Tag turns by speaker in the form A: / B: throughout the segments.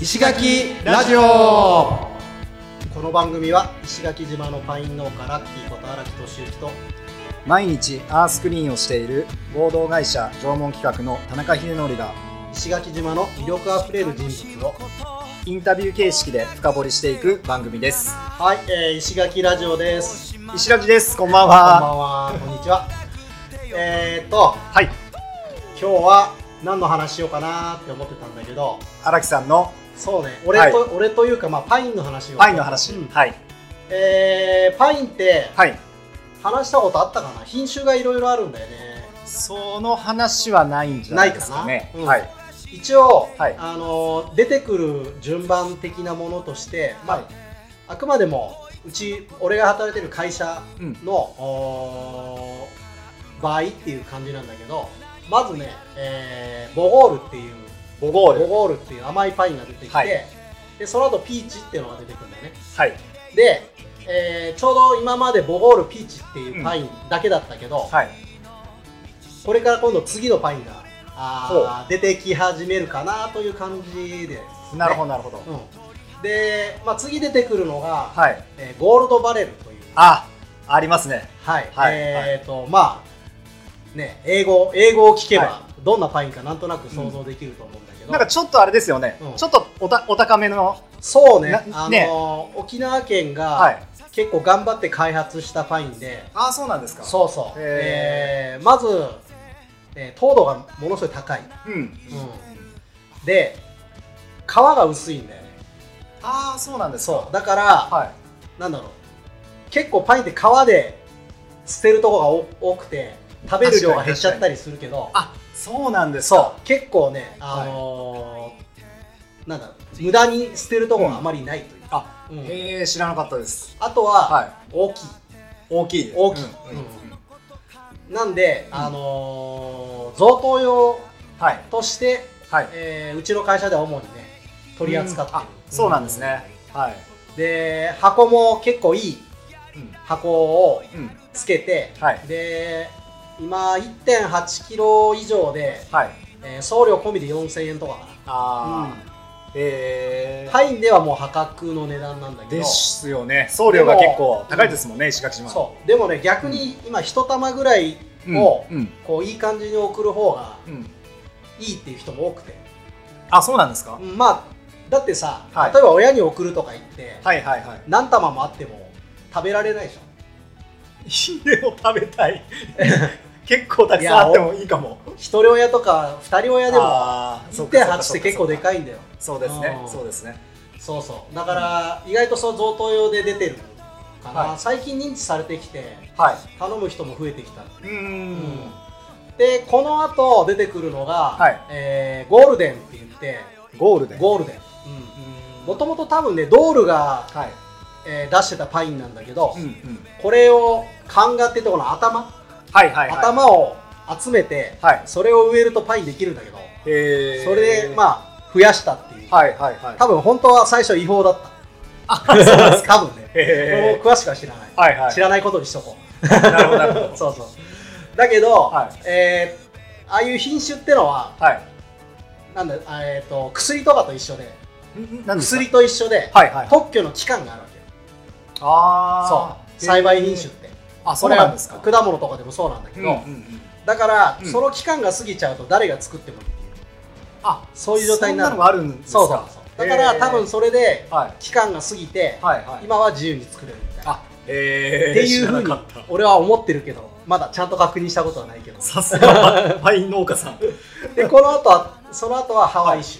A: 石垣ラジオ
B: この番組は石垣島のパイン農家ラッキーこと荒木俊之と
C: 毎日アースクリーンをしている合同会社縄文企画の田中秀則が
B: 石垣島の魅力あふれる人物を
C: インタビュー形式で深掘りしていく番組です
B: はい、えー、石垣ラジオですこん
C: 石垣ですこんばん
B: ばん
C: は
B: はこんにちはえーっと
C: はい
B: 今日は何の話しようかなって思ってたんだけど
C: 荒木さんの
B: そうね俺と、俺というかまあパインの話を
C: パインの話、
B: うん
C: はい
B: えー、パインって
C: はい
B: 話したことあったかな品種がいろいろあるんだよね
C: その話はないんじゃないですかね
B: ないかなうん
C: はい
B: 一応、
C: はい
B: あのー出てくる順番的なものとして、まあ
C: はい
B: あくまでもうち俺が働いてる会社
C: うん
B: の、おー場合っていう感じなんだけどまずね、えーボゴールっていう
C: ボゴー
B: ボ
C: ル
B: ゴールっていう甘いパインが出てきて、
C: はい
B: でその後ピーチっていうのが出てくるんだよね
C: はい
B: で、えーちょうど今までボゴールピーチっていうパインだけだったけど、
C: はい
B: これから今度次のパインがあー出てき始めるかなという感じで
C: なるほどなるほど、
B: うん、で、まあ、次出てくるのが、
C: はい
B: えーゴールドバレルという
C: あありますね
B: はい、
C: はい
B: えっ、と、まあね英語英語を聞けば、
C: は
B: どんなパインかなんとなく想像できると思うんだけど、
C: なんかちょっとあれですよね、
B: うん
C: ちょっとおたお高めの
B: そうね
C: な
B: あのー
C: ね
B: 沖縄県が、
C: はい
B: 結構頑張って開発したパインで
C: ああそうなんですか
B: そうそう、え
C: へ
B: ーまず、えー糖度がものすごい高い、
C: うん
B: うん、で皮が薄いんだよね
C: ああそうなんですか
B: そうだから、
C: はい
B: なんだろう結構パインって皮で捨てるとこがお多くて食べる量が減っちゃったりするけど
C: あそうなんです
B: そ
C: か
B: う結構ねあのーなんだろう無駄に捨てるとこがあまりないという、
C: あ
B: うん
C: へえ知らなかったです
B: あとは、
C: はい
B: 大きい
C: 大きいです
B: 大きい
C: うんうん
B: うんなんで、あのー贈答用
C: はい
B: として、
C: はい
B: えーうちの会社では主にね取り扱ってる、
C: うんあそうなんですねはい
B: で箱も結構いい
C: うん
B: 箱を
C: うん
B: つけて、
C: はい
B: で今1.8キロ以上で、
C: はい
B: えー送料込みで4000円とかか
C: ああへ
B: な
C: え
B: パインではもう破格の値段なんだけど
C: ですよね送料が結構高いですもんね石垣島
B: そうでもね逆に今一玉ぐらいを
C: うんうん
B: こういい感じに送る方が
C: うん
B: いいっていう人も多くて、
C: あそうなんですか
B: うんまあだってさ、
C: はい
B: 例えば親に送るとか言って、
C: はいはいはい
B: 何玉もあっても食べられないでしょ
C: ヒレを食べた い結構たくさんあってもいいかも
B: 一人親とか二人親でも
C: あーそか
B: 1.8って結構でかいんだよ
C: そうですね
B: うん
C: そうですね
B: そうそうだから意外とその贈答用で出てるかな、
C: はい
B: 最近認知されてきて
C: はい
B: 頼む人も増えてきた
C: うーん
B: でこの後出てくるのが、
C: はい
B: えーゴールデンって言って
C: ゴールで
B: ゴールデン
C: うーん
B: もともと多分ねドールが、
C: はい
B: えー出してたパインなんだけど、
C: うんうん
B: これをカンガってところの頭、
C: はいはいはい
B: 頭を集めて、
C: はい
B: それを植えるとパインできるんだけど
C: へー
B: それでまあ増やしたっていう、
C: はいはいはい
B: 多分本当は最初違法だった 多分ねこれ
C: へ
B: も詳しくは知らない、
C: ーはいはい
B: 知らないことにしとこ
C: なるほどなるほ
B: う
C: ど
B: そうそうだけど、
C: はい
B: えーああいう品種ってのは
C: はい
B: なんだあえー、と薬とかと一緒で
C: 何ですか
B: 薬と一緒で、
C: はいはい
B: 特許の期間があるわけよそ
C: ああ
B: う栽培品種って
C: あそうなんですか
B: これは果物とかでもそうなんだけ
C: うん
B: ど、
C: うんうん
B: だから、
C: うん
B: その期間が過ぎちゃうと誰が作ってもいいっていう
C: あ
B: そういう状態になる
C: そんなのがあるんですか
B: そうそうそうだから、
C: へー
B: 多分それで
C: はい
B: 期間が過ぎて、
C: はいはい
B: 今は自由に作れるみたいな
C: あえ
B: っていうふう
C: 知
B: に
C: らなかっ
B: 俺は思ってるけどまだちゃんと確認したことはないけど
C: たさすがワイン農家さん
B: でこの後はその後はハワイ州、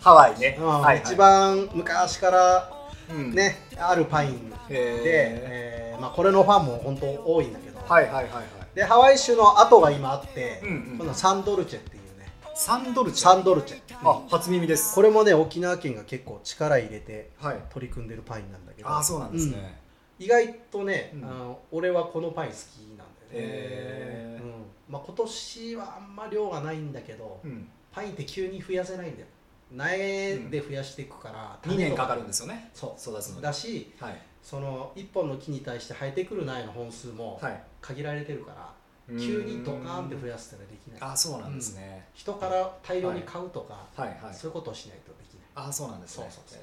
C: ハワイね
B: うん
C: はいはい
B: 一番昔から
C: うん
B: ね、あるパインで、
C: へ
B: えーまあ、これのファンも本当多いんだけど、
C: ーはいはいはいはい
B: でハワイ州の後が今あって、
C: うんうん
B: このサンドルチェっていうね
C: サンドルチェ
B: サンドルチェ、
C: あ初耳です
B: これもね沖縄県が結構力入れて
C: はい
B: 取り組んでるパインなんだけど
C: あそうなんですね
B: 意外とね、
C: うん
B: あの俺はこのパイン好きなんだよね、
C: へー
B: うんまあ、今年はあんま量がないんだけど、
C: うん
B: パインって急に増やせないんだよ苗で増やしていくから、
C: 2年かか
B: る
C: るんですよね
B: そう
C: 育つのに
B: だし
C: はい
B: その1本の木に対して生えてくる苗の本数も
C: はい
B: 限られてるから、急にドカーンって増やすってのはできない
C: あそうなんですね
B: 人から大量に買うとか、
C: はいはい
B: そういうことをしないとできない
C: ああそうなんですね
B: そうそうそう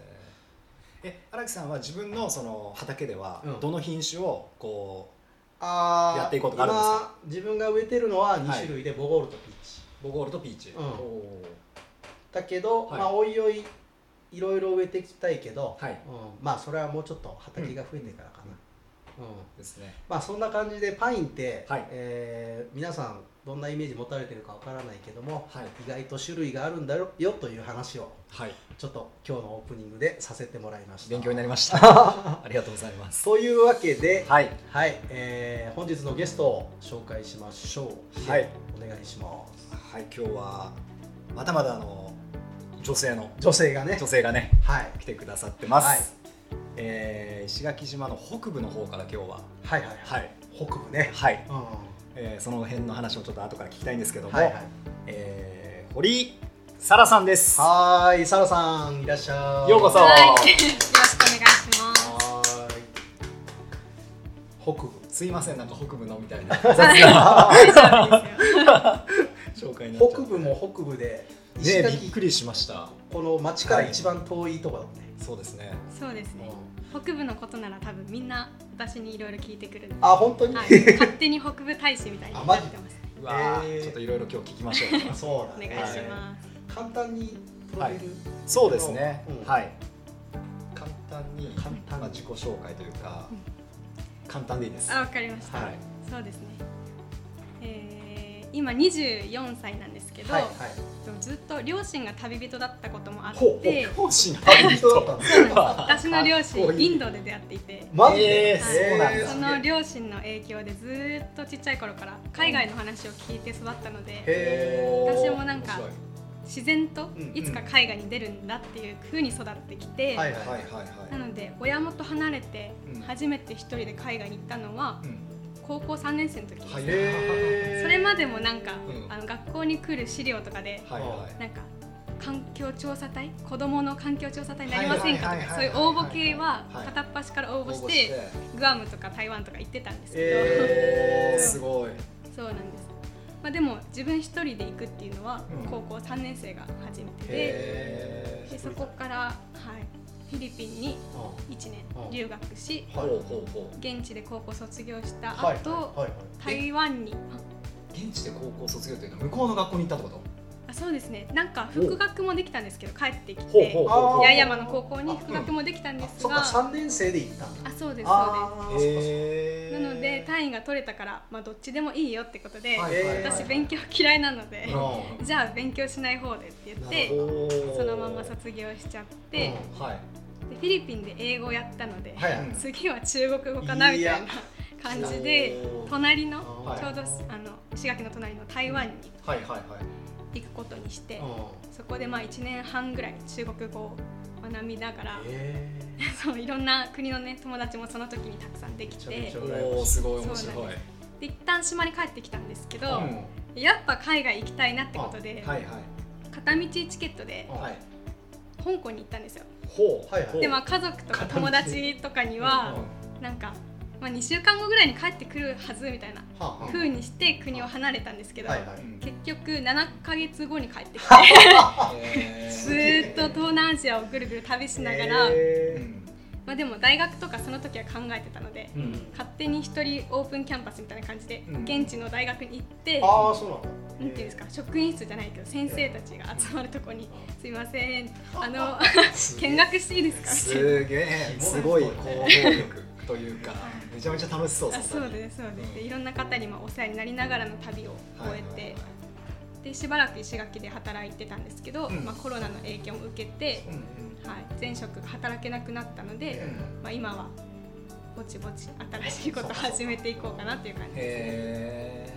C: えーえ荒木さんは自分のその畑では
B: うん
C: どの品種をこ
B: あ
C: やっていくことがあるんですか
B: 今自分が植えてるのは2種類でボゴールとピーチ、
C: うボゴールとピーチ、
B: うん
C: おー
B: だけど、
C: はい
B: まあおいおいいろいろ植えていきたいけど、
C: はい
B: うんまあそれはもうちょっと畑が増えてからかな、うん
C: ですね
B: まあそんな感じでパインって、
C: はい
B: えー皆さんどんなイメージ持たれてるかわからないけども
C: はい
B: 意外と種類があるんだよよという話を
C: はい
B: ちょっと今日のオープニングでさせてもらいました
C: 勉強になりま したありがとうございます
B: というわけで、
C: はい
B: はい、えー本日のゲストを紹介しましょう。
C: はい、
B: お願いします。
C: はい今日はまたまたあの女性の
B: 女性がね、
C: 女性がね
B: はい、
C: 来てくださってます、
B: はい
C: えー石垣島の北部の方から今日は
B: はいはいはい、
C: はい
B: 北部ね。
C: はい、
B: うん、
C: えーその辺の話をちょっと後から聞きたいんですけども、
B: はいはい。
C: えー堀井沙羅さんですよ
B: はーい、サラさんいらっしゃい。
C: うこそ、
D: はい、よろしくお願いします。
B: はーい。北 部。
C: すいませんなんか北部のみた いな雑な
D: 大丈夫ですよ。
C: 紹介になっちゃ
B: 北
C: う
B: 部も北部で、石
C: ねびっ
B: 垣、
C: くりしました
B: この町から一番遠いところだもんね。
C: そうですね
D: そうですね
B: う。ん
D: 北部のことなら多分みんな私にいろいろ聞いてくるんで。
B: あ、本当に、
D: はい、勝手に北部大使みたいになってます。
C: うわー
B: えー
C: ちょっといろいろ今日聞きましょう
B: そう
D: お
B: だ
D: 願い
B: ね。
D: します。
B: 簡単にプロフィール、
C: そうですね、
B: うん
C: はい簡単に
B: 簡単
C: まあ自己紹介というか、
D: うん
C: 簡単でいいです
D: あ、わかりました。
C: はい
D: そうですね。えー今24歳なんですけど、
B: はいはい。
D: ずっと両親が旅人だったこともあっ
B: ほうほう
D: て、
C: 本心が
B: 旅人だったんですね。
D: 私の両
B: か
D: 親
B: っこいい
D: インドで出会っていて、
B: マジで、
C: えーそうなんだ
B: えー
D: その両親の影響でずーっとちっちゃい頃から海外の話を聞いて育ったので
B: へー
D: 私もなん
C: 面
D: か
C: 白い
D: 自然と
B: うん
D: いつか海外に出るんだっていう風に育ってきて、
B: はい
C: はいはいはい
D: なので親元離れて
C: うん
D: 初めて一人で海外に行ったのは
C: うん
D: 高校3年生の時です、
C: はい
B: へー
D: それまでもなんか、
C: うん
D: あの学校に来る資料とかで
C: はいはい
D: なんか環境調査隊子どもの環境調査隊になりませんか
C: は
D: と
C: いはい
D: か
C: は
D: そ
C: いうはい
D: いう応募系は
C: はい
D: 片っ端から応募して,、グアムとか台湾とか行ってたんですけど、
B: え
C: えー、
B: ー
C: すごい
D: そうなんです、まあ、でも自分一人で行くっていうのは
C: うん
D: 高校3年生が初めてで,、
B: へ
D: でそこから、はい、フィリピンに1
B: うん
D: 年留学し
B: はい
C: ほうほうほう
D: 現地で高校卒業した後、
B: はいはいはい
D: 台湾に
C: 現地で高校卒業というのは向こうの学校に行ったってこと
D: ああそうですねなんか復学もできたんですけど帰ってき
C: ほう
D: て
C: ほう
B: あ
C: ほう
B: ー
D: 八重山の高校に復学もできたんで
B: あ
D: す
B: そっ
D: が、
B: か
D: あ
B: 三年生で行ったんだ
D: そうですそう
B: あー
D: で
C: へ
D: すなので単位が取れたから、まあ、どっちでもいいよってことで、
C: はい
B: はい
D: 私勉強嫌いなので、
C: うん
D: じゃあ勉強しない方でって言ってそのまま
C: さ
D: 卒業しちゃって、
C: はい
D: でフィリピンで英語やったので、
B: はいはい
C: うん
D: 次は中国語かなみたい
B: いや
D: な感じで
B: おー
D: 隣の
B: はい
D: ちょうどすあの石垣の隣の台湾に
C: はいはいはい
D: 行くことにして、
B: うん
D: そこでまあ1年半ぐらい中国語を学びながら、
B: えー
D: そういろんな国の、ね、友達もその時にたくさんできて
B: めちゃめちゃ
D: で
C: おおすごい面
D: そう
C: 白い
D: なん一旦島に帰ってきたんですけど、
C: うん
D: やっぱ海外行きたいなってことで、
C: はいはい
D: 片道チケットで
B: うん
C: はい
D: 香港に行ったんですよ。
C: ほう
B: はいはい
D: でまあ家族とか友達とかには
C: うん
D: なんか、まあ、2週間後ぐらいに帰ってくるはずみたいな
B: はあはあ
D: 風にして国を離れたんですけど、
B: はいはい
D: 結局7ヶ月後に帰って きて
C: へー
D: ずーっと東南アジアをぐるぐる旅しながら、
C: う
B: え
C: ん
D: まあ、でも大学とかその時は考えてたので、
C: うん
D: 勝手に一人オープンキャンパスみたいな感じで
C: うん
D: 現地の大学に行って、
B: ーああそうなの
D: なんていうんですか職員室じゃないけど先生たちが集まるとこに「すいませ んあの見学していいですか?」みたいな。
C: すげえすごい行動力というかめちゃめちゃ楽しそう
D: あ
C: そ
D: そ
C: れ
D: うですそうです、で
C: うん
D: いろんな方にもお世話になりながらの旅を終えて、
C: はいはいはい
D: でしばらく石垣で働いてたんですけど、
C: うん
D: まあ、コロナの影響も受けて、
C: うん
D: はい、前職が働けなくなったので、
B: え
D: まあ、今はぼちぼち新しいことを始めていこうかなという感じですね。
C: へえ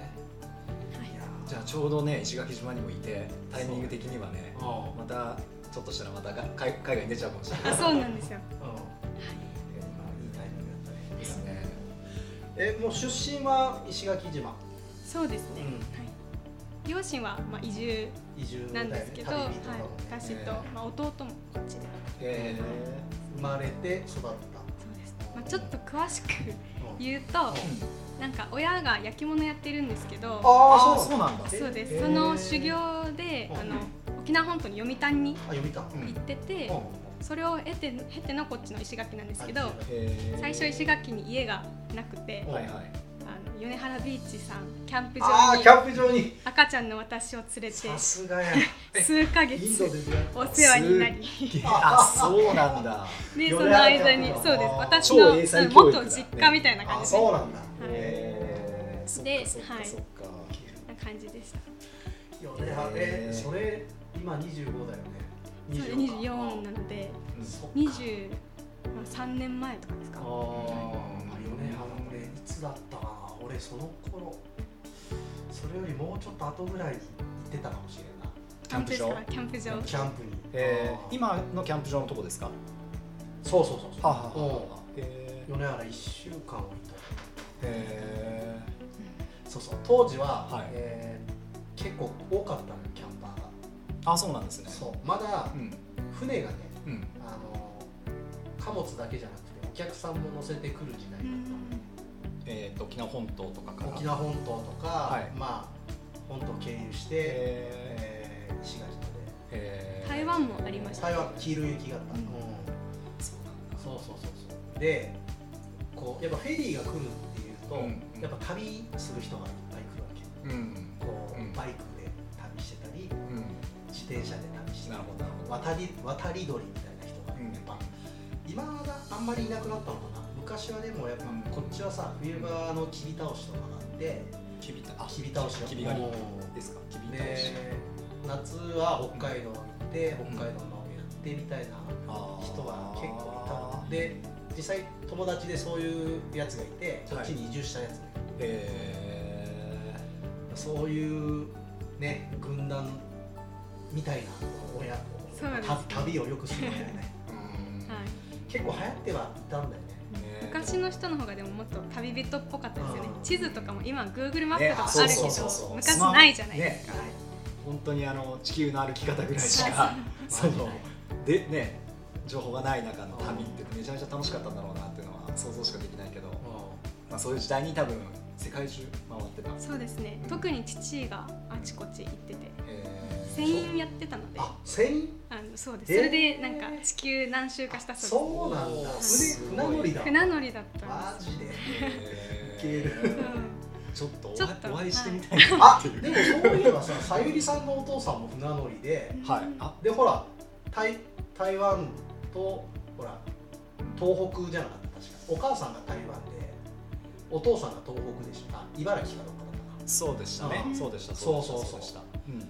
D: はい
C: じゃあちょうどね石垣島にもいてタイミング的にはね
B: うん
C: またちょっとしたらまたが海海外に出ちゃうかもしれない
D: あそうなんですよ
B: うんいいタイミングだったね
C: ですね
B: えもう出身は石垣島
D: そうですね、
B: うん
D: はい、両親はまあ移住
B: 移住
D: なん
B: だ
D: で
B: よ
D: す
B: ね
D: け
B: 旅
D: ど、はい
B: 人だもん、ね
D: 私と、まあ、弟もこっちで
C: へ
B: 生まれて育った
D: そうです、まあ、ちょっと詳しく
B: うん
D: 言うと、なんか親が焼き物やってるんですけど
B: ああ
C: ああ
B: そう
C: そうなんだ
D: そうです、
C: へー
D: その修行で、
B: うん
D: あのお沖縄本島に読谷に
B: あ読みた、うん
D: 行ってて、
B: うん
D: それを経て経てのこっちの石垣なんですけど、
B: はい
C: へー
D: 最初石垣に家がなくて、
B: うん
C: はいはい
D: あの米原ビーチさんキャンプ
B: あ
D: 場
B: あ
D: に
B: キャンプ場に
D: 赤ちゃんの私を連れて
B: さすがや
D: 数ヶ
B: イン
D: 月
B: ドで出会っ
D: お世話になり
C: あそうなんだ
D: で
B: 米
D: そ
B: 原
D: の間に
B: キャンプ
D: そうです
B: あー
D: 私
C: 超英才
D: の
C: 教育だ
D: 元実家みたいな
B: た
D: 感
B: あ
D: じで
B: そうなんだ
C: へーそっか
D: で
C: そっか
D: はい
C: そっか
D: な感じでした
B: 米原え
C: へー
B: それ今25だよね
D: そ
B: 25
D: う24なので
C: うん
B: そっか
D: 23年前とかです
B: あ
D: か
B: ー米原俺いつだったかな俺その頃それよりもうちょっと後ぐらいに行ってたかもしれんな
C: キャンプ場
D: キャンプ場
B: キャンプに、
C: え
B: あ
C: ー
B: ー
C: 今のキャンプ場のとこですか
B: そうそうそうそう
C: はあはあはあ
B: う
C: へ
B: ん米原1週間置いた
C: ーへ
B: そうそう当時は、
C: はい
B: えー結構多かったのよキャンパーが、
C: ーあそうなんですね
B: そうまだ
C: うん
B: 船がね
C: うん
B: あの貨物だけじゃなくてお客さんも乗せてくる時代
D: う
B: だっ
D: ん
C: えっと沖縄本島とか
B: た
C: か
B: の、
C: ら
B: 沖縄本島とか、
C: はい
B: まあ本島経由して、
C: へ
B: えー石垣まで
C: ーへー
D: 台湾もありました
B: 台湾黄色い雪があった、
D: うん
C: そうなんだ
B: そうそうそうそうでこうやっぱフェリーが来るっていうと、
C: うん
B: やっぱ旅する人がいっぱい来るわけ
C: うん
B: こう、
C: うん
B: バイクで旅してたり
C: うん
B: 自転車で旅してたり
C: なるほどなるほど
B: 渡り渡り鳥みたいな人が
C: うん
B: やっぱ、今はあんまりいなくなったのかな昔はでもやっぱ
C: うん
B: こっちはさ冬場の切り倒しとかがあって
C: きびたあ
B: 切り倒し
C: きび狩り
B: も
C: ですかき
B: う
C: びたし
B: で夏は北海道に行って北海道のやってみたいな
C: あー
B: 人が結構いたので実際友達でそういうやつがいてそっちに移住したやつがいて
C: へ
B: そういうね軍団みたいな親
D: そうです
B: た旅をよくするみたいなね
C: ーうん
D: はい
B: 結構流行ってはいたんだよね
C: ね
D: 昔の人の方がでももっと旅人っぽかったですよね
B: うん
D: 地図とかも今 Google マップとかあるけ
B: ねあそうそうそう
D: ど
C: そう
D: 昔ないじゃないですか、
B: はい
C: 本当にあの地球の歩き方ぐらいしかそのでね情報がない中の旅ってめちゃめちゃ楽しかったんだろうなっていうのは想像しかできないけど、まあ、そういう時代に多分世界中回ってたへ
D: そうですね特に父があちこち行ってて
C: え
D: 船員やってたので
B: あ船員
D: あのそうです
B: え
D: それでなんか地球何周かしたそう
B: そうなんだ
C: おー
B: 船
C: すごい
B: 船乗り
D: で
B: だ
D: す船乗りだったん
B: マ
D: です
B: ジで
C: へ
B: いけ
D: う
C: ー
D: ん
C: ちょっとお
D: ちょっと
C: お会いしてみたいな
B: あ
C: っていう
B: でもそういえばささゆりさんのお父さんも船乗りで
C: はいあ
B: でほら台台湾とほら東北じゃなかった確かお母さんが台湾でお父さんが東北でしたあ茨城かどっかだったかな
C: そうでしたね
D: うん
C: そうでした
B: そう
C: でした
B: そうそう
C: でしたうん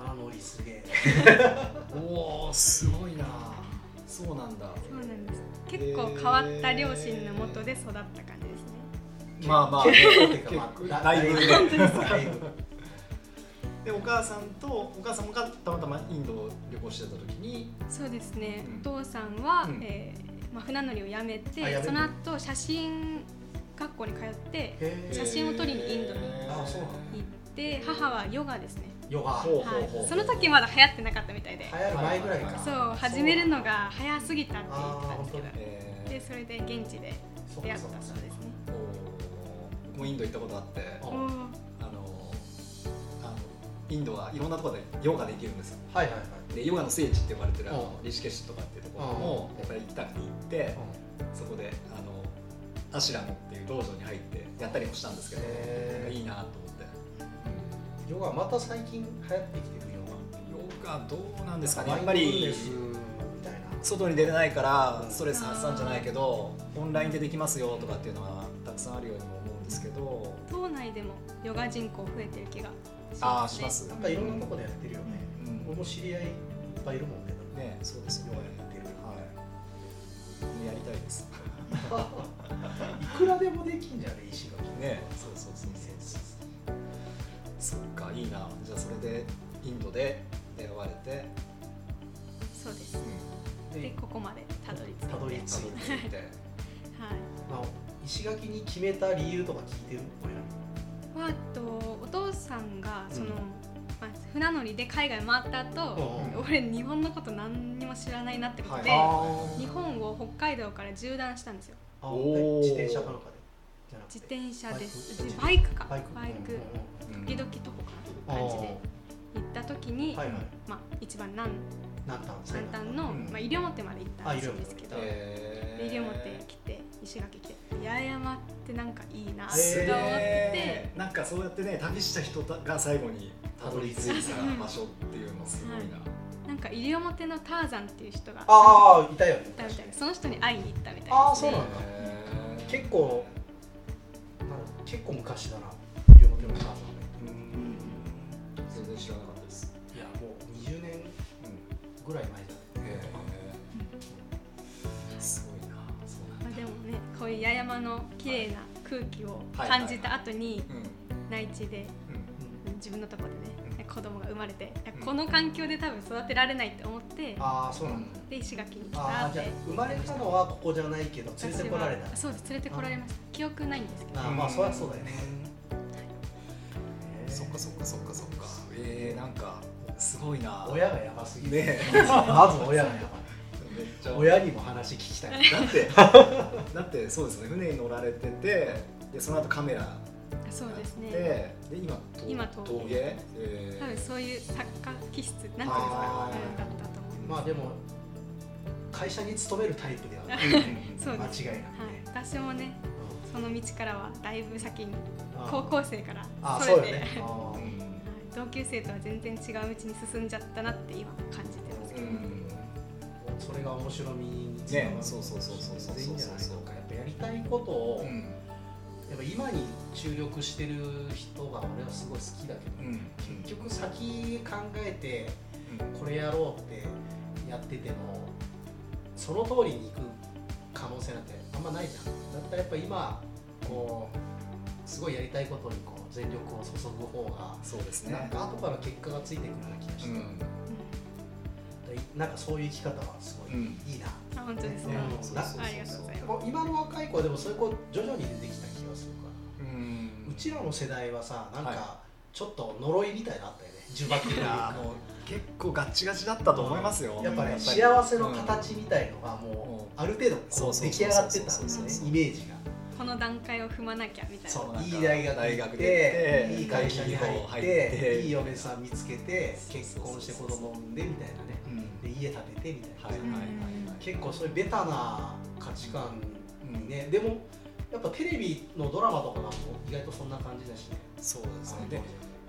B: 船乗りすげえ
C: うんおおすごいなそうなんだ
D: そうなんです結構変わった両親のもとで育った感じですね
C: まあまあ
B: 結構
C: 結構
B: てかまあ
C: だいぶね
B: だいぶ
C: でお母さんとお母さんがたまたまインドを旅行してた時に
D: そうですね、
C: うん
D: お父さんは、
C: うん
D: えーまあ、船乗りをやめ
B: あ
D: て
B: やめる
D: その後写真学校に通って
B: へ
D: 写
B: え
D: 真を撮りにインドに
B: あそうなんだ
D: 行って母はヨガですね、
B: ヨガ
C: ほう
D: は
C: ほうほう
D: い、その時まだ流行ってなかったみたいで
B: 流行る前ぐらい
C: はいはい
B: か
C: はい
D: そう始めるのが早すぎたって言ってたんですけ
B: あー本
D: ど
C: えー
D: でそれで現地で
B: そう
D: 出
B: か
D: 会っ
B: そ
D: た
B: うか
D: そうですね
C: おー僕もインド行ったことあって
B: あ
D: お
B: ー
D: お
B: うん
D: ー
C: あのあのインドはいろんなところでヨガできるんですよ
B: はいはいはい
C: でヨガの聖地って呼ばれてるあの
B: うん
C: リシケシュとかっていうところも
B: うん
C: やっぱり行ったくに行ってそこであのアシュラムっていう道場に入ってやったりもしたんですけどなんか
B: へ
C: いいなと思って
B: ヨガまた最近流行ってきてるヨガ
C: ヨガどうなんですかね
B: マ
C: や
B: イ
C: っ
B: ンドフル
C: ぱり
B: ネスみたいな
C: 外に出れないからストレス発散じゃないけどオンラインでできますよとかっていうのはたくさんあるようにも思うんですけど
D: 島内でもヨガ人口増えてる気が
C: ああします
B: なんかいろんなとこでやってるよね
C: うん
B: 俺も知り合いいっぱいいるもんね
C: ねそうですよ
B: ヨ
C: ね
B: ガやってる
C: はいやりたいです
B: いくらでもできんじゃね石垣
C: ねそうそうそうそうそっかいいなじゃあそれでインドで出会われて
D: そうですで
B: で
D: ここまでたどり着いて
B: たどり着
C: た
B: い
C: ど
B: て
C: り着いて
D: は
B: まあ石垣に決めた理由とか聞いてる俺ら
D: い、はあとお父さんがその、
C: うん
D: まあ、船乗りで海外回った後、
B: うん
D: 俺日本のこと何にも知らないなってことで、
C: は
D: 日本を北海道から縦断したんですよ
B: あ
C: おー
B: 自転車かなんかでじゃなく
D: 自
B: て
D: 転車です
B: バイク
D: バイクか
B: バイク
D: バイク
B: うん
D: 時々徒歩かなって感じで行った時に、
B: はいはい
D: まあ、一番南
B: 南端ですね
D: 南端の、
C: うん
D: まあ、西表まで行った
B: あ
D: らしいんですけど
C: え
D: 西
C: ー
D: 表来て石垣来て八重山ってなんかいいなとか思って、
C: えーなんかそうやってね旅した人が最後にたどり着いた場所っていうのすごいな、
D: なんか西表のターザンっていう人が
B: ああいたよね
D: いたみたいなその人に会いに行ったみたいです、ね、
B: あーそうなんだ
C: えー
B: 結構なんだろう結構昔だな西表のお母さんが
C: うん全然知らなかったです、
B: いやもう20年ぐらい前じ
C: うんえーすごいなそうなんだ
D: まあ、でもねこういう八重山の綺麗な空気を感じた後に
C: うん
D: 内地で
C: うん
D: 自分のとこでね子供が生まれて
C: うん
D: この環境で多分育てられないって思って
B: ゃないああそうなんだ
D: で石垣に来た
B: あ
D: っ
B: ーじゃあ
D: て
B: 生まれたのはここじゃないけど連れてこられた
D: 私はそうです連れてこられました記憶ないんですけど
B: あーまあそりゃそうだよね
C: そっかそっかそっかそっかえー、なんかすごいな
B: 親がやばすぎる
C: ねえ
B: まず親がや
C: めっち
B: ば
C: ゃ
B: い親にも話聞きたい
C: だってだってそうですね船に乗られててでその後カメラや
D: あそうです
C: って
D: ね
C: で今と
D: 今陶芸
C: 陶芸、えー
D: 多分そういう作家気質なんていうんですか
C: あー
D: だったと思い
B: まあでも会社に勤めるタイプではない
C: うんうんうん
D: そうです
B: 間違いなくね
D: ます、はい、私もねその道からはだいぶ先に
B: あー
D: 高校生から
B: あー
D: そ
B: そう
D: れ
B: よ
D: て、
B: ねあー
C: うん
D: 同級生とは全然違う道に進んじゃったなって今感じてます、
C: うん
B: それが面白みにつながる
C: ねそうそうそうそうそう
B: 全然いい
C: そ
B: ん
C: う
B: じゃ
C: そ
B: な
C: う
B: いのかやっぱやりたいことを、
C: う
B: や
C: ん
B: っぱ今に注力してる人が俺はすごい好きだけど、
C: うん
B: 結局先考えてこれやろうってやっててもその通りに行く可能性なんてあんまないじゃんだったらやっぱ今こうすごいやりたいことにこう全力を注ぐ方が
C: そうです
B: なん
C: ね
B: か後から結果がついてくるような気がし
C: う
B: て、
C: ん
B: なんかそういう生き方はすごい
C: うん
B: いいな、
D: あ本当ですか、
B: ね
C: うんそうそうそうそう
D: ありがとうございま
B: こう今の若い子はでもそういう子徐々に出てきた気がするから
C: うん
B: うちらの世代はさなん
C: はい
B: かちょっと呪いみたいなのあったよね呪縛
C: いや
B: が
C: ーもう結構ガッチガチだったと思いますよ
B: やっぱね
C: り
B: 幸せの形みたいのがも
C: う
B: うある程度
C: そ
B: こ
C: う
B: う
C: そう
B: 出来上がってたん
C: そう
B: です
D: そう
B: ね
D: そう
C: そう
B: イメージが
D: すこの段階を踏まなきゃみたいな
B: そう
C: なんか
B: いい大学
C: 大
B: 行って
C: 学出て
B: いい会社に入
C: いい
B: っ
C: 会社に入ってて
B: いい嫁さん見つけて結
C: そうそうそうそう
B: 婚して子供産んでみたいなね
C: うん
B: で家建ててみた
C: はい
B: い
C: はい
B: な
D: うん
C: はいはい
B: 結構そういうベタな価値観にねでもやっぱテレビのドラマとかだと意外とそんな感じだしね
C: そうですねで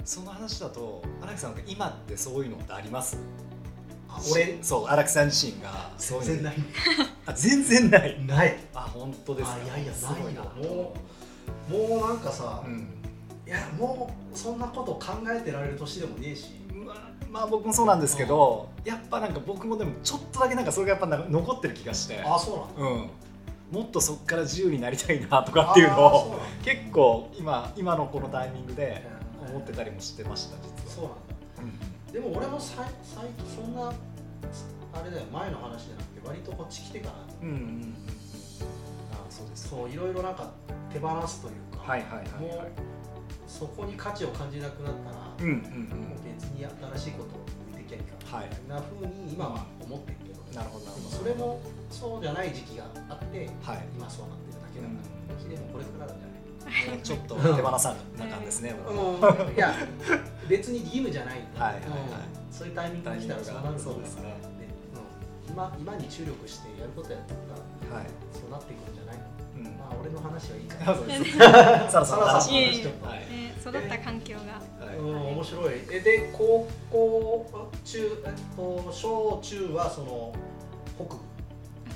C: その話だと荒木さんって今ってそういうのってあります
B: あ俺
C: そう荒木さん自身がそう
B: 全
C: いう
B: 然ない
C: あ全然ない
B: ない
C: あ本当ですか
B: あいやいや
C: すご
B: ないなももうなんかさ、
C: うん
B: いやもうそんなこと考えてられる年でもねえし
C: まあまあ僕もそうなんですけどやっぱなんか僕もでもちょっとだけなんかそれがやっぱな残ってる気がして
B: あそうなんだ
C: うんもっとそこから自由になりたいなとかっていうの
B: あ
C: を結構今今のこのタイミングで思ってたりもしてました実
B: そう
C: は
B: なんだでも俺もさい最近そんなあれだよ前の話じゃなくて割とこっち来てから
C: うんうんうんうんあそうです
B: そういろいろなんか手放すというか、
C: はいはいはいはい
B: そこに価値を感じなくなったら、
C: うんうんう
B: もう
C: ん
B: 別に新しいことを抜いてきゃいいか
C: はい
B: ななふうに今は思ってるけど
C: なるほどなる
B: でも
C: ほ
B: それもそうじゃない時期があって
C: どはい
B: 今そうなってるだけだから、でもこれからなんじゃない
C: もうちょっと手放さなかんですね、僕は
B: うん、いや別に義務じゃないんだ
C: はいはい
B: う
C: はい
B: んそういうタイミングが来たらそうなるんだ
C: そうですね
B: うん今今に注力してやることやったら
C: はい、
B: そうなっていくんじゃないの
C: うん
B: まあ俺の話はいいか
C: あ
B: ら
C: そうですサラさんの
B: さんの
C: 話
B: 話ちょっと、
C: はい
D: す、 ね、育った環境が
C: はい
B: うん面白いえで高校中えっと小中はその北部、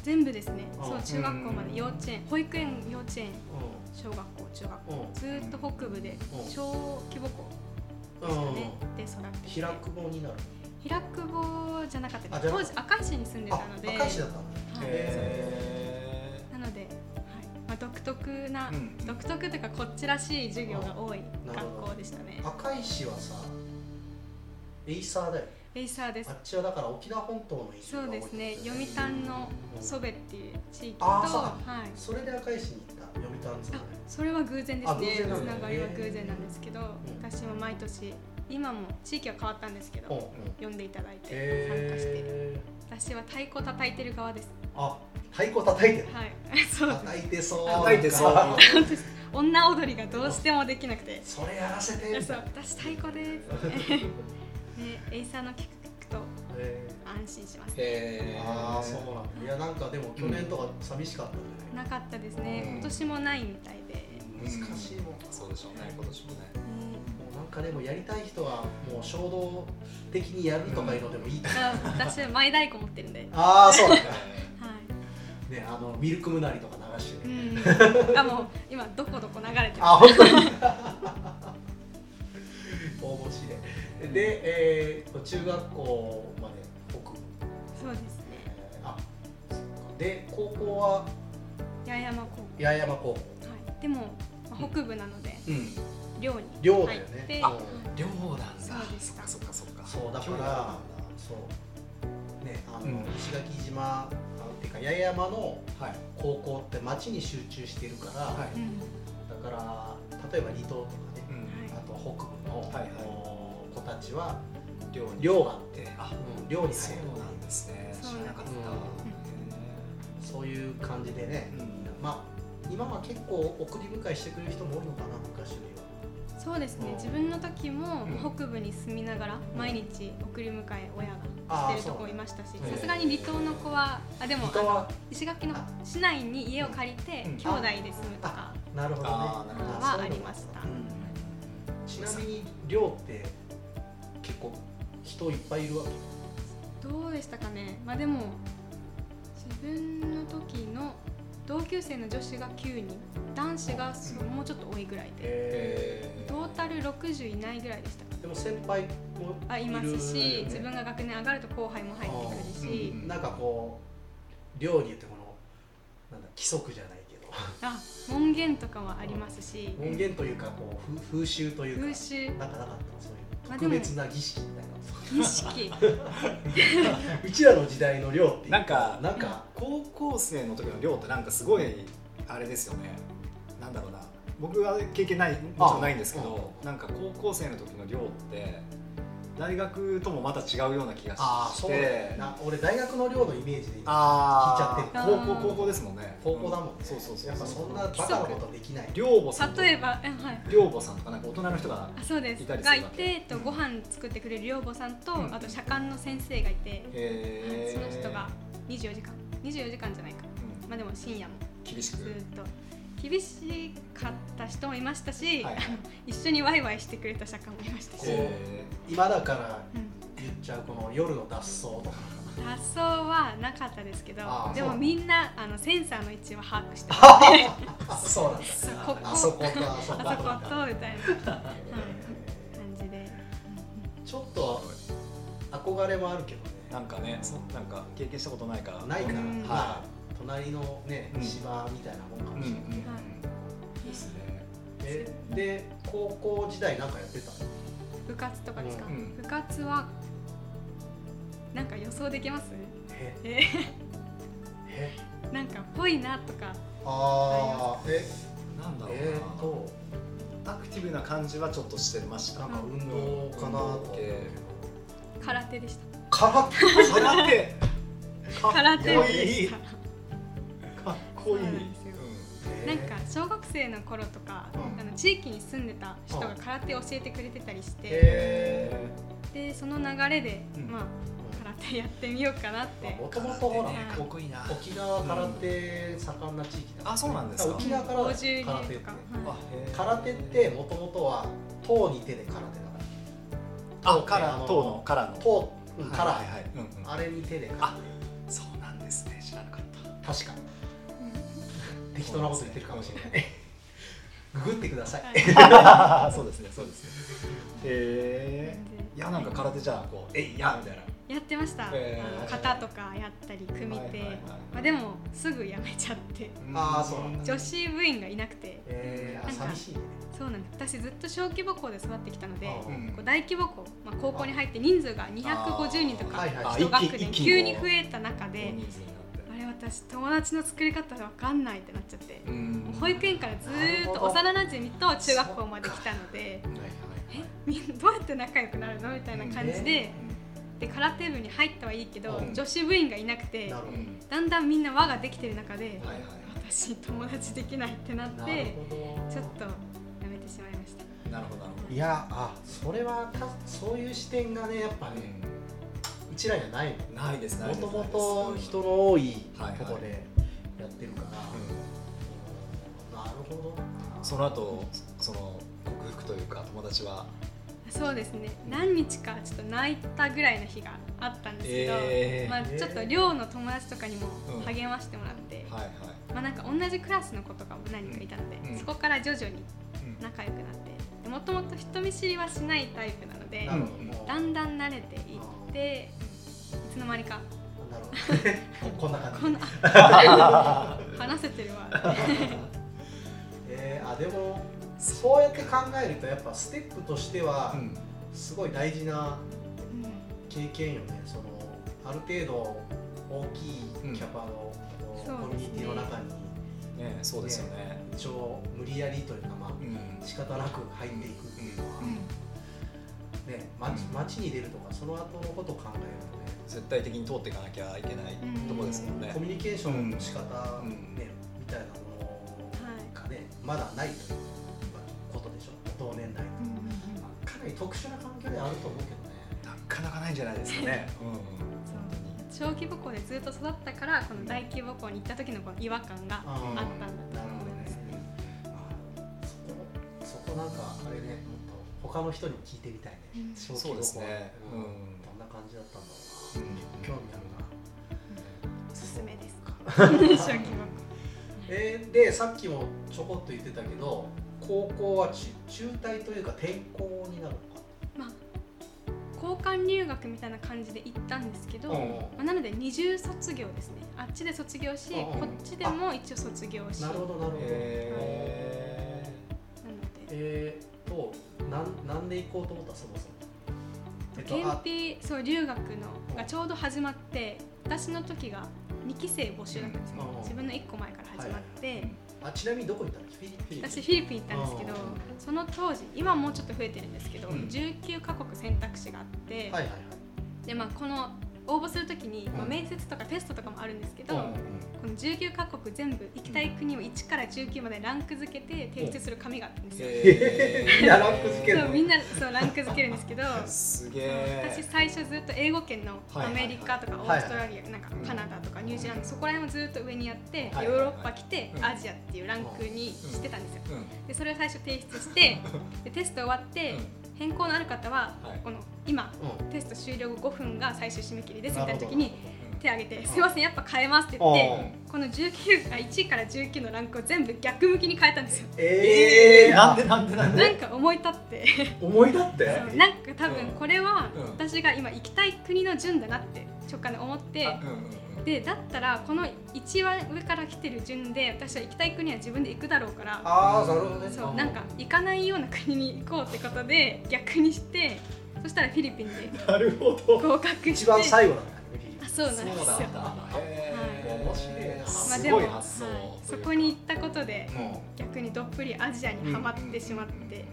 D: 全部ですね
B: あ
D: そう中学校ま
C: う
D: で
C: ん
D: 幼稚園保育園幼稚園
B: う
D: 小学校中学校
B: んうん
D: ずーっと北部で
B: うん
D: 小規模校
B: う
D: ですか
B: ん
D: ね、で育ってて
B: 平久保になる
D: 平久保じゃなかった
B: あ
D: で
B: じゃ
D: す
B: な
D: 当
B: かっ
D: 時明石に住んでた
B: あ
D: ので
B: 赤石だったんだ
D: はい
C: え
D: なので、はいまあ、独特な、
C: うん
D: 独特というかこっちらしい授業が多い
B: あなるほど
D: 学校でしたね。
B: 赤石はさエイサーだよ
D: エイサーです
B: あっ。ちはだから沖縄本島の一部
D: そ
B: が
D: う
B: 多い
D: ですね。読谷のソベっていう地域と、
B: あーそう
D: はい。
B: それで赤石に行った読谷そば
D: あ
B: で、
D: それは偶然です
B: あ偶
D: ね。
B: 然
D: つ
B: なんだ
D: ながりは偶然なんですけど、私も毎年今も地域は変わったんですけ
B: うんうん
D: ど、呼んでいただいて参加して、
B: へ
D: 私は太鼓叩いてる側です。
B: ーあ太鼓叩いてる
D: はい。 そう。
B: 叩いてそう
C: 叩いてそう
B: なんか
D: 女踊りがどうしてもできなくて、
B: それやらせて
D: そう私太鼓です。ね、エイサーの聞くと
B: え
D: 安心します、
C: え
B: ー、
C: ー、
B: ああそうなんだいやなんかでも去年とか寂しかったんじゃな
D: なかったですね
C: うん
D: 今年もないみたいで、
B: い、難しいもん
C: そうでしょうね今年もね
B: もうなんかでもやりたい人はもう衝動的にやるとかいうのでもいいと思う、
D: あ私は前太鼓持ってるんで、はい、
B: ああそうだね ねあのミルクムナリとか流して
D: う
B: ね、
D: ん、あもう今どこどこ流れて
B: あ
D: ま
B: 本当に大募集でで、えー、中学校まで僕、
D: すそうですね
B: えー、あそっかで高校は
D: 八重山高校、
B: 八重山高校
D: はい、でも、まあ、北部なので
B: うん
D: 寮に
B: 寮だ
D: 入
B: よ
D: っ
B: ね
D: て、
B: あ
D: はい
C: 寮なんだ
D: そうです
C: っかそっかそっか
B: そうだから
C: 寮なん
B: そうねあの、
C: うん
B: 石垣島あていうか八重山の
C: だはい
B: 高校って町に集中してるから、
C: はい
D: うん
B: だから例えば離島とかね、
C: うん
B: あと北部の、
C: はいはい
B: お子たちは
C: 寮に
B: 寮があって、
C: あ
B: うん寮に
C: そ
B: 入る
C: うなんですね知
D: そ
C: ら
D: うな
C: なんか
D: で
C: っ
D: す
B: そういう感じでね
C: た、うん
B: まあ今は結構送り迎えしてくれる人も多いのかな昔よりは
D: そうですね
B: うん
D: 自分の時も
C: うん
D: 北部に住みながら毎日送り迎え親
B: あ
D: が
B: ー
D: してると
B: そう
D: こ
B: ね
D: いましたし
B: へー
D: さすがに離島の子はあでも
B: 人は
D: 石垣の市内に家を借りて
C: うん
D: 兄弟で住むとか
B: なるほどね
C: あーなるほど
D: はありました
B: そういうのもあったちなみに寮って結構人いっぱいいるわけ
D: どうでしたかねまあでも自分の時の同級生の女子が9人男子がそうもうちょっと多いぐらいで
C: えー
D: トータル60いないぐらいでした
B: でも先輩も
D: あいま
B: いる
D: す
B: よ
D: し
B: ね
D: 自分が学年上がると後輩も入ってくるし
C: うん
B: なんかこう寮に言ってこのなんだ規則じゃないけど
D: あ門限とかはありますし
B: 門限というかこう風風習というか
D: 風習
B: なんかなかったそういう
D: まあで
B: 特
D: も
B: 別な儀式みたいな、
D: 儀式
B: うちらの時代の寮っていう
C: なんか
B: なんか
C: 高校生の時の寮ってなんかすごいあれですよねなんだろうな僕は経験ないもちろんないんですけどなんか高校生の時の寮って大学ともまた違うような気が
B: ああ
C: し
B: そうだよ
C: て
B: な俺大学の寮のイメージで今
C: あ
B: 聞い
C: ー
B: ちゃ
D: ってる
C: 高校高校ですもんね
B: 高校だもんね、
C: うそうそうそう
B: やっぱそんなバカなことできない
C: 寮母さんと
D: 例えばえはい
C: 寮母さんとかなんか大人の人が
D: あそうで
C: い
D: す
C: たりする
D: が
C: わけ
D: いて、えっと、ご飯作ってくれる寮母さんと、
C: うん
D: あと社官の先生がいて、
C: え
D: その人が24時間24時間じゃないか
C: うん
D: まあでも深夜も
C: 厳し
D: ず
C: く
D: ーっと厳しかった人もいましたし、
C: はいはい
D: 一緒にワイワイしてくれた社官もいましたし、
C: え
B: 今だから
D: うん
B: 言っちゃうこの夜の脱走とか
D: 脱走はなかったですけど
B: あー
D: で
B: そ
D: も
B: う
D: みんなあのセンサーの位置は把握してます
B: あそうなんだ
D: そうここ
B: あそことあそこ
D: あそことみたいな
B: え
D: 感じで、
B: ーちょっと憧れもあるけどね
C: ーなんかねそなんか経験したことないから
B: ないから、
D: う
B: ま
D: ん
B: あ隣のね
C: うん
B: 芝みたいなもんか
C: う
B: も
C: んうん
B: し
C: う
B: れ
C: ん
B: ない、
C: ですね
B: えで高校時代なんかやってたの
D: 部活とかですか、
C: うん
D: 部活はなんか予想できます
B: え
D: え
B: え
D: なんかぽいなとか
B: あーえ
C: なんだろうな、
B: えー、と
C: アクティブな感じはちょっとしてました
B: なんか運動かなと思うけど
C: うん
D: 空手でした
B: 空手
C: 空手か
D: 空手
C: か
D: 部
C: っこ
D: で
C: い
D: し
C: い
D: た
C: かっこいい
D: そうなんですよなんか小学生の頃とか、
B: うん
D: あの地域に住んでた人
B: う
D: が
B: ん
D: 空手を教えてくれてたりして、
B: え
D: でその流れで、
C: うん
D: まあ空手やってみようかなって、
B: もともとほら
D: ね
B: 沖
C: こいいな
B: 沖縄空手盛んな地域だ、
C: あそうなんですか
B: 沖縄から空手
D: 50
B: っ
D: 人
B: て
D: とか、は
C: あへー
B: 空手ってもともとは塔に手で空手だから
C: あ
B: 塔
C: カラ
B: あの
C: ー塔のカラーの
B: 塔うん
C: はい
B: から、
C: はいはいうんうん
B: あれに手で空手
C: そうなんですね知らなかった
B: 確か
D: うん
B: 適当なこと言ってるかもしれないググってください、
D: はい
C: あー そうですねそうですねへえいやなんか空手じゃあこうえいやみたいな
D: やってました、
C: へー
D: あの型とかやったり組み手、
C: はいはいはい
D: まあ、でもすぐやめちゃって
B: あーそうなんだ
D: 女子部員がいなくて
B: えー、あ
D: なんか
B: 寂しいね
D: そうなんです私ずっと小規模校で育ってきたので
B: あー
C: うん
D: こう大規模校、まあ、高校に入って人数が250人と
B: あ
D: か
B: ーはいはい
D: 一学年急に増
C: え
D: えた中であれ私友達の作り方わかんないってなっちゃってもう保育園からずーっと幼なじみと中学校まで来たので
B: はいはい
D: えみんな どうやって仲良くなるのみたいな感じでで空手部に入ったはいいけど
C: うん
D: 女子部員がいなくて
B: なるほど、
D: だんだんみんな輪ができてる中で
C: はいはい
D: 私友達できないってなっ
B: なる
D: て
B: ほど
D: ちょっとやめてしまいました
C: なるほどなるほど
B: いやあそれはたそういう視点がねやっぱね、うちらにはない
C: うんないですな
B: も
C: いです
B: とも
C: ない
B: と
C: です
B: 人の多い
C: はいはい
B: とこでやってるから、
C: う
B: なるほど
C: んその後その克服というか友達は
D: そうですね何日かちょっと泣いたぐらいの日があったんですけど、
C: えー
D: まあ、
B: えー
D: ちょっと寮の友達とかにも
C: うん
D: 励ましてもらって、
C: はいはい
D: まあ、なんか同じクラスの子とかも何人かいたので、
C: うん
D: そこから徐々に
C: うん
D: 仲良くなってでもともと人見知りはしないタイプなので、
B: なるほど、
C: うん
B: もう
D: だんだん慣れていっていつの間にか
B: なるほ どこんな感
D: こ
B: じ
D: んな話せてるわ
B: えー、あでもそうやって考えるとやっぱステップとしては
C: うん
B: すごい大事な
D: うん
B: 経験よねそのある程度大きいキャパの、こう
D: そうですね
B: コミュニティの中に
C: ねそうですよね
B: 一応無理やりというかま
C: う
B: あ
C: ん
B: 仕方なく入っていくっていうのは、ね街
C: うん
B: 街に出るとかその後のことを考え
C: 絶対的に通っていかなきゃいけない
D: うん
C: とこですも
B: る
C: ん
B: とね
C: ね
B: コミュニケーションの仕方、
C: うん
B: ねみたいなも
D: はい
B: のがねまだないということでしょ同年代
D: うんうんうん
B: まあかなり特殊な環境ではあると思うけどね
C: なかなかないんじゃないですかねうん
D: そう小規模校でずっと育ったからこの大規模校に行った時のこの違和感があったんだと思いますね。
B: あそこそこなんかあれねもっと他の人にも聞いてみたいね
D: うん
B: 小規模
C: そうですね
B: うん
C: うん
B: どんな感じだったんだろうな
C: う
B: 興
C: ん
B: 味あるな
D: おすす めですか小規模校
B: えーでさっきもちょこっと言ってたけど高校はち中退というか転校になる
D: まあ交換留学みたいな感じで行ったんですけど、
B: のか、
D: まあ、なので二重卒業ですねあっちで卒業し、
B: うんうん
D: こっちでも一応卒業し
B: なるほどなるほど、
C: え
D: なので
B: えー、となんなんで行こうと思ったそもそもえっと
D: 検
B: あ
D: 定そう留学のがちょうど始まって私の時が2期生募集だったんですよ、
B: うん
D: 自分の1個前から始まって、
C: ー
B: あちなみにどこ行ったのフィリピン
D: 私フィリピン行ったんですけど
B: あー
D: その当時今もうちょっと増えてるんですけど、
C: うん
D: 19カ国選択肢があって、
B: はいはいはい
D: でまあ、この応募するときに、まあ
B: うん
D: 面接とかテストとかもあるんですけど、
B: うん
D: この19カ国全部行きたい国を1から19までランク付けて提出する紙があったんですよ。
C: えー
B: やランク付ける
D: そうみんなそうランク付けるんですけど
C: すげ
D: 私
C: え
D: 最初ずっと英語圏の
C: はい
D: ア
C: はいはい
D: メリカとかオーストラリアなんかカナダとかニュージーランドそこら辺をずっと上にやって
C: は
D: ヨ
C: いはい
D: ー
C: はい
D: ロッパ来て
C: うん
D: アジアっていうランクにしてたんですよ。
C: うん
D: でそれを最初提出してでテスト終わって、変更のある方は、
C: はい
D: この今
B: うん
D: テスト終了後5分が最終締め切りですみ
B: な
D: たい
B: る
D: な
B: ほど
D: 時に手を挙げて「すいませんやっぱ変えます」って言
B: お
D: ってこの19あ1位から19のランクを全部逆向きに変えた んですよ。
B: えー、
C: なんでなんでなんで
D: なんか思い立って
B: 思いだって
D: そうなんか多分これは
C: うん
D: 私が今行きたい国の順だなって直感で思って
C: うんうんうん
D: でだったらこの一番上から来てる順で私は行きたい国は自分で行くだろうから
B: ああなるほどね
D: そうなんか行かないような国に行こうってことで逆にしてそしたらフィリピンで
C: なるほど
D: 合格して
B: 一番最後なんだねフィリ ピン
D: あそうなんですよ
C: そうなんだへー
B: 面白いな
D: まあ
C: す
D: でも
C: ごい発想
D: はい
C: と
D: そ
C: いうか
D: こに行ったことで
C: うん
D: 逆にどっぷりアジアにはまってしまって、
C: うんうんうんうんうん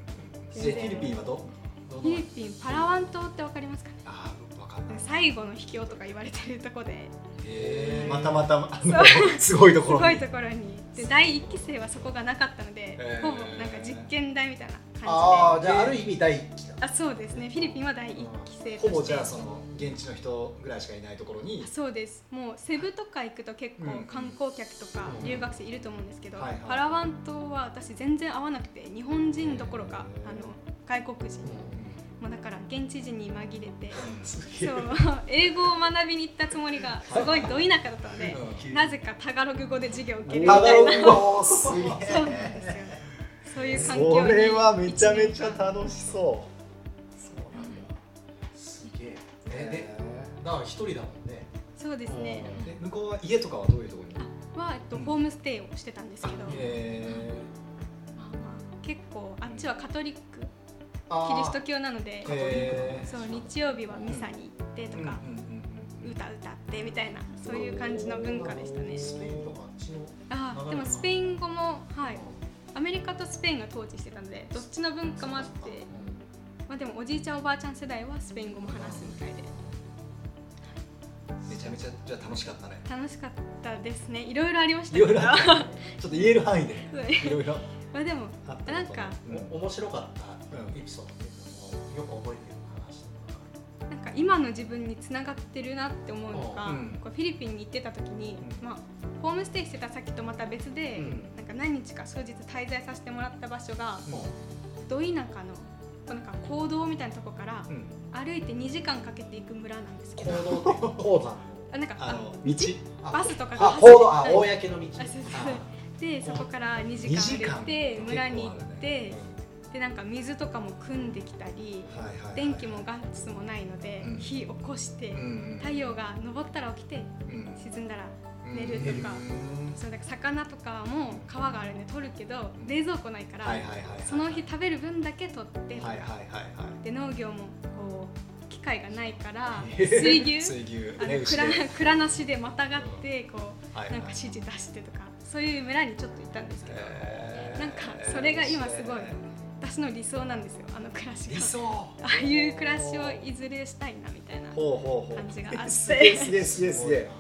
D: 全
C: で
D: 然
C: フィリピンはどど
D: フィ
C: の
D: リピンパラワン島ってわかりますかね
C: あーわかんない
D: 最後の秘境とか言われてるとこで
C: えーまたまたあの すごいと
D: す
C: ころ
D: ご
C: に
D: いところにで第1期生はそこがなかったので、
C: えー
D: ほぼなんか実験台みたいな感じで
B: あ
D: あ
B: あじゃあある意味第一期だ
D: そうですねフィリピンは第1期生とし
C: ほ
D: て
C: ぼじゃあその現地の人ぐらいしかいないところに
D: あそうですもうセブとか行くと結
C: うん
D: 構観光客とか
B: うん
D: 留学生いると思うんですけど、
C: はいはい
D: パラワン島は私全然合わなくて日本人どころか、
C: へー
D: あの外国人もうだから現地人に紛れて
B: す
D: そう英語を学びに行ったつもりがすごいど田舎だったのでなぜかタガログ語で授業を受けるみ
B: タ
D: た
B: ガ
D: い
B: ロ
D: な
B: グ
C: おーすげえ
D: そうなんですよそういう環境に
C: それはめちゃめちゃ楽しそうそうなんだ
B: すげええでだから一人だもんね
D: そうですね
C: で向こうは家とかはどういうところに
D: は、えっと、
C: うん
D: ホームステイをしてたんですけど、
C: え
D: まあまあ結構あっちはカトリックキリ
B: あ
D: ス
B: ー
D: ト教なので
C: ー、えー
D: そう日曜日はミサに行ってとか、
C: うんうんうんうん
D: 歌歌ってみたいなそういう感じの文化でしたね
B: スペインとかあっちの
D: あーでもスペイン語もはいアメリカとスペインが統治してたのでどっちの文化もあってまあでもおじいちゃんおばあちゃん世代はスペイン語も話すみたいで
C: めちゃめちゃじゃあ楽しかったね
D: 楽しかったですねいろいろありました
C: い
D: け
C: ろ
D: ど
C: いろ あったちょっと言える範囲で
D: そう
C: いろいろ
D: まあでも
C: あったこと
D: なんか
C: うん
B: お面白かった
C: うん
B: エピソードっていうのもよく覚えてる話とか
D: なんか今の自分につながってるなって思うのが、
A: うん
D: こうフィリピンに行ってた時に、
C: うん
D: まあ、ホームステイしてた先とまた別で、
A: うん
D: なんか何日か数日滞在させてもらった場所が
A: も
D: ど田舎のこうなんか坑道みたいなとこから
A: うん
D: 歩いて2時間かけて行く村なんですけど、
B: 行動 って鉱山
D: あなんか
C: あの
D: あ
C: 道
D: バスとかが
B: あ行
D: 走って
B: 動あ
D: はい
B: 公の道
D: あそうでそこから2時
C: 2時間って
D: 間歩いて
C: 結構
D: 村に行
C: あ
D: っ
C: る
D: て、
C: ね
D: でなんか水とかも汲んできたり
C: うんはいはいはい
D: 電気もガスもないので、
A: うん
D: 火起こして、
A: うん
D: 太陽が昇ったら起きて沈んだら寝るとか、そうだから魚とかも皮があるんで取るけど
C: うん
D: 冷蔵庫ないから、
C: はいはいはいはい
D: その日食べる分だけ取って、
C: はいはいはいは
D: で農業もこう機械がない から
C: い
D: 水牛
C: 水牛
D: あ
C: ね
D: の
C: 牛
D: 蔵
C: で
D: 蔵なしでまたがってこ
C: は
D: う
C: い
D: なんか指示出してとかそういう村にちょっと行ったんですけど、
C: へー
D: なんかそれが今すごい私の理想なんですよあの暮らし
C: 理
D: が。
C: 想
D: ああいう暮らしをいずれしたいなみたいな。
C: ほうほうほう
D: 感じがあって
C: すげえすげえすげえすげえ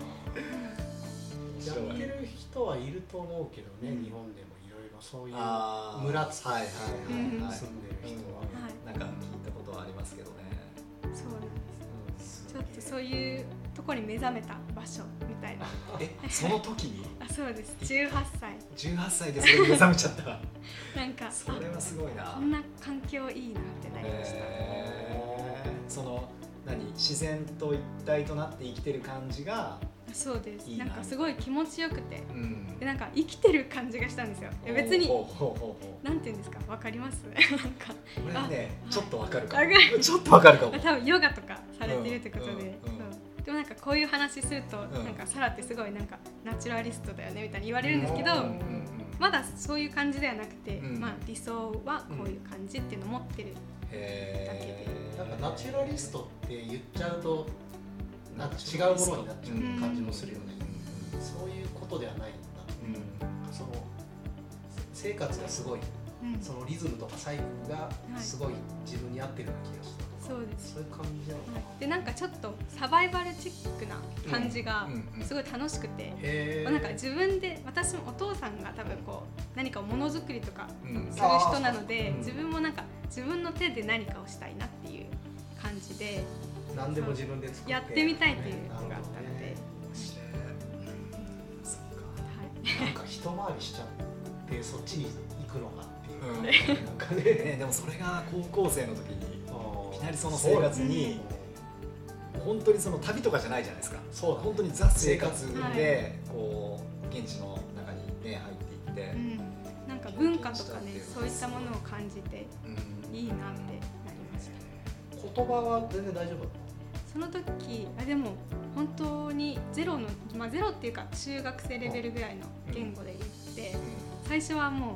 B: やってる人はいると思うけどね、日本でもいろいろそういう
C: あー
B: 村つ
C: はいはいはいはい
B: 住んでる人は、
D: はい、
C: なんか聞いたことはありますけどね
D: そうなんです。ちょっとそうういうところに目覚めた場所みたいな。
C: えその時に
D: あ、そうです。18歳。
C: 18歳でそれに目覚めちゃった
D: なん か、あ、
C: それはすごいな
D: こんな環境いいなってなりました。
C: へーその何自然と一体となって生きてる感じが
D: あそうです
C: いいな
D: なんかすごい気持ちよくて、
A: うん
D: でなんか生きてる感じがしたんですよ。え別に、
C: ほうほうほうほ
D: なんていうんですか、わかります なんか、
C: うこれはね
D: あ
C: ちょっとわかるか
D: わか
C: もちょっとわかるかも
D: まあ、多分ヨガとかされてるってことで、
C: うんうんうん
D: そうでもなんかこういう話すると、
C: ん
D: なんかサラってすごいなんかナチュラリストだよねみたいに言われるんですけど、
A: うんうん
D: まだそういう感じではなくて、
A: うん
D: まあ、理想はこういう感じっていうのを持ってる、
C: へえ
B: なんかナチュラリストって言っちゃうとなんか違うものになっちゃう感じもするよね、そういうことではないんだ
A: うん
B: その生活がすごい
D: うん
B: そのリズムとかサイクルがすごい自分に合ってるような気がしたとか、
D: そうです
B: そういう感じなのかな、
D: はいでなんかちょっとサバイバルチックな感じが
A: うんうんうん
D: すごい楽しくて、
B: へ
D: まあなんか自分で私もお父さんが多分こう何かものづくりとか
A: うん
D: する人なの
A: あー
D: で
A: うん
D: 自分もなんか自分の手で何かをしたいなっていう感じで
B: 何でも自分で作って
D: やってみたいっていうのがあったので、
C: そっか
D: はい、
B: なんか一回りしちゃってそっちに行くのかっていう、
C: うん
B: なんかね
C: ねでもそれが高校生の時に
B: い
C: いきなりその生活に本当にその旅とかじゃないじゃないですか
B: そうだ
C: 本
B: ね
C: 当にザ生活でこう現地の中にね入っていって、
D: うん、なんか文化とかねそういったものを感じて
A: うん
D: いいなってなりました。
B: 言葉は全然大丈夫だっ
D: その時あでも本当にゼロの、まあ、ゼロっていうか中学生レベルぐらいの言語で言って、最初はも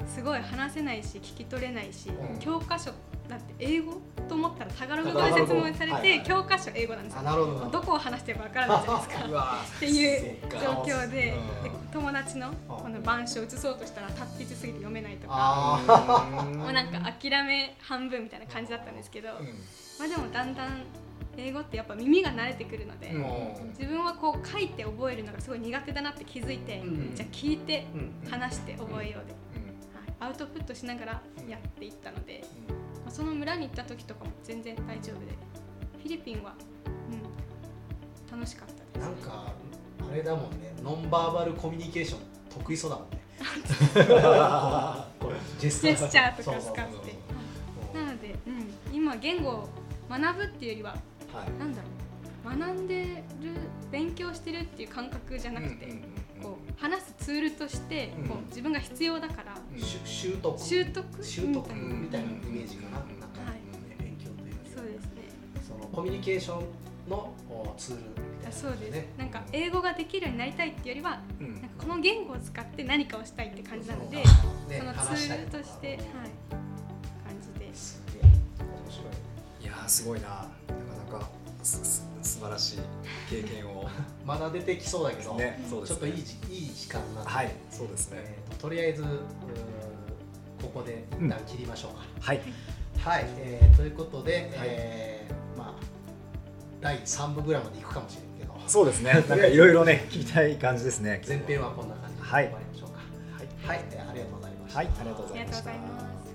D: うすごい話せないし聞き取れないし、
B: うん
D: 教科書だって英語と思ったらタガログ語で説明されて、
C: はいはい
D: 教科書英語なんです
B: たあ
D: よ
B: なるほど
D: どこを話してるかわからないじゃないですか
C: うわ
D: っていう
C: そっ
D: 状
C: か
D: 況でで
C: うん
D: 友達のこの板書を写そうとしたら達筆すぎて読めないとか
B: あ
D: も
A: あ
D: うなんか諦め半分みたいな感じだったんですけど。まあでもだんだん英語ってやっぱ耳が慣れてくるので、
A: うん
D: 自分はこう書いて覚えるのがすごい苦手だなって気づいて、
A: うん
D: じゃあ聞いて
B: うん
D: 話して覚えようで、はい、アウトプットしながらやっていったので、まあその村に行った時とかも全然大丈夫でフィリピンは、うん、楽しかったで
B: なんかあれだもんねノンバーバルコミュニケーション得意そうだもんねこれジェス
D: すジェスチャーと
B: そう
D: か使って
B: そう
D: はい
B: そう
D: なので、うん、今言語を学ぶっていうよりは
C: はい
D: なんだろう学んでる勉強してるっていう感覚じゃなくて、こう話すツールとして
A: うん
D: こう自分が必要だから
A: うん
B: しゅ習得
D: 習得
B: 習
D: み
B: 得
D: たいな
B: みたいなイメージかな,、
A: うん
B: なんか、
D: はい
B: 勉強というよりは
D: そうですね
B: そのコミュニケーションのおツールみたいな
D: あそうです、
B: ね
D: なんか英語ができるようになりたいっていうよりはなんかこの言語を使って何かをしたいって感じなので
B: ね
D: そのツ
B: 話したり
D: ール
B: か
D: としてはい感じです
B: げえ面白いね
C: いやーすごいななかなかすす素晴らしい経験 を
B: まだ出てきそうだけど、
C: ねそうで
B: ち
C: す
B: ょ
C: ね
B: っといいじいい時間になって、
C: はいそうですね
B: えーととりあえずうーんここで一旦切りましょうか、
C: はい
B: はい、えーということで、
C: はい
B: えーまあ第3部ぐらいまでいくかもしれんけど
C: そうですねなんかいろいろね聞きたい感じですね
B: 前編はこんな感じで
C: はい
B: 終わりましょうかはい、えーありがとうございました、
C: はいありがとうご
D: あ
C: ざ
D: り
C: い
D: が
C: ま
D: とう
C: し
D: ございま
C: た
D: す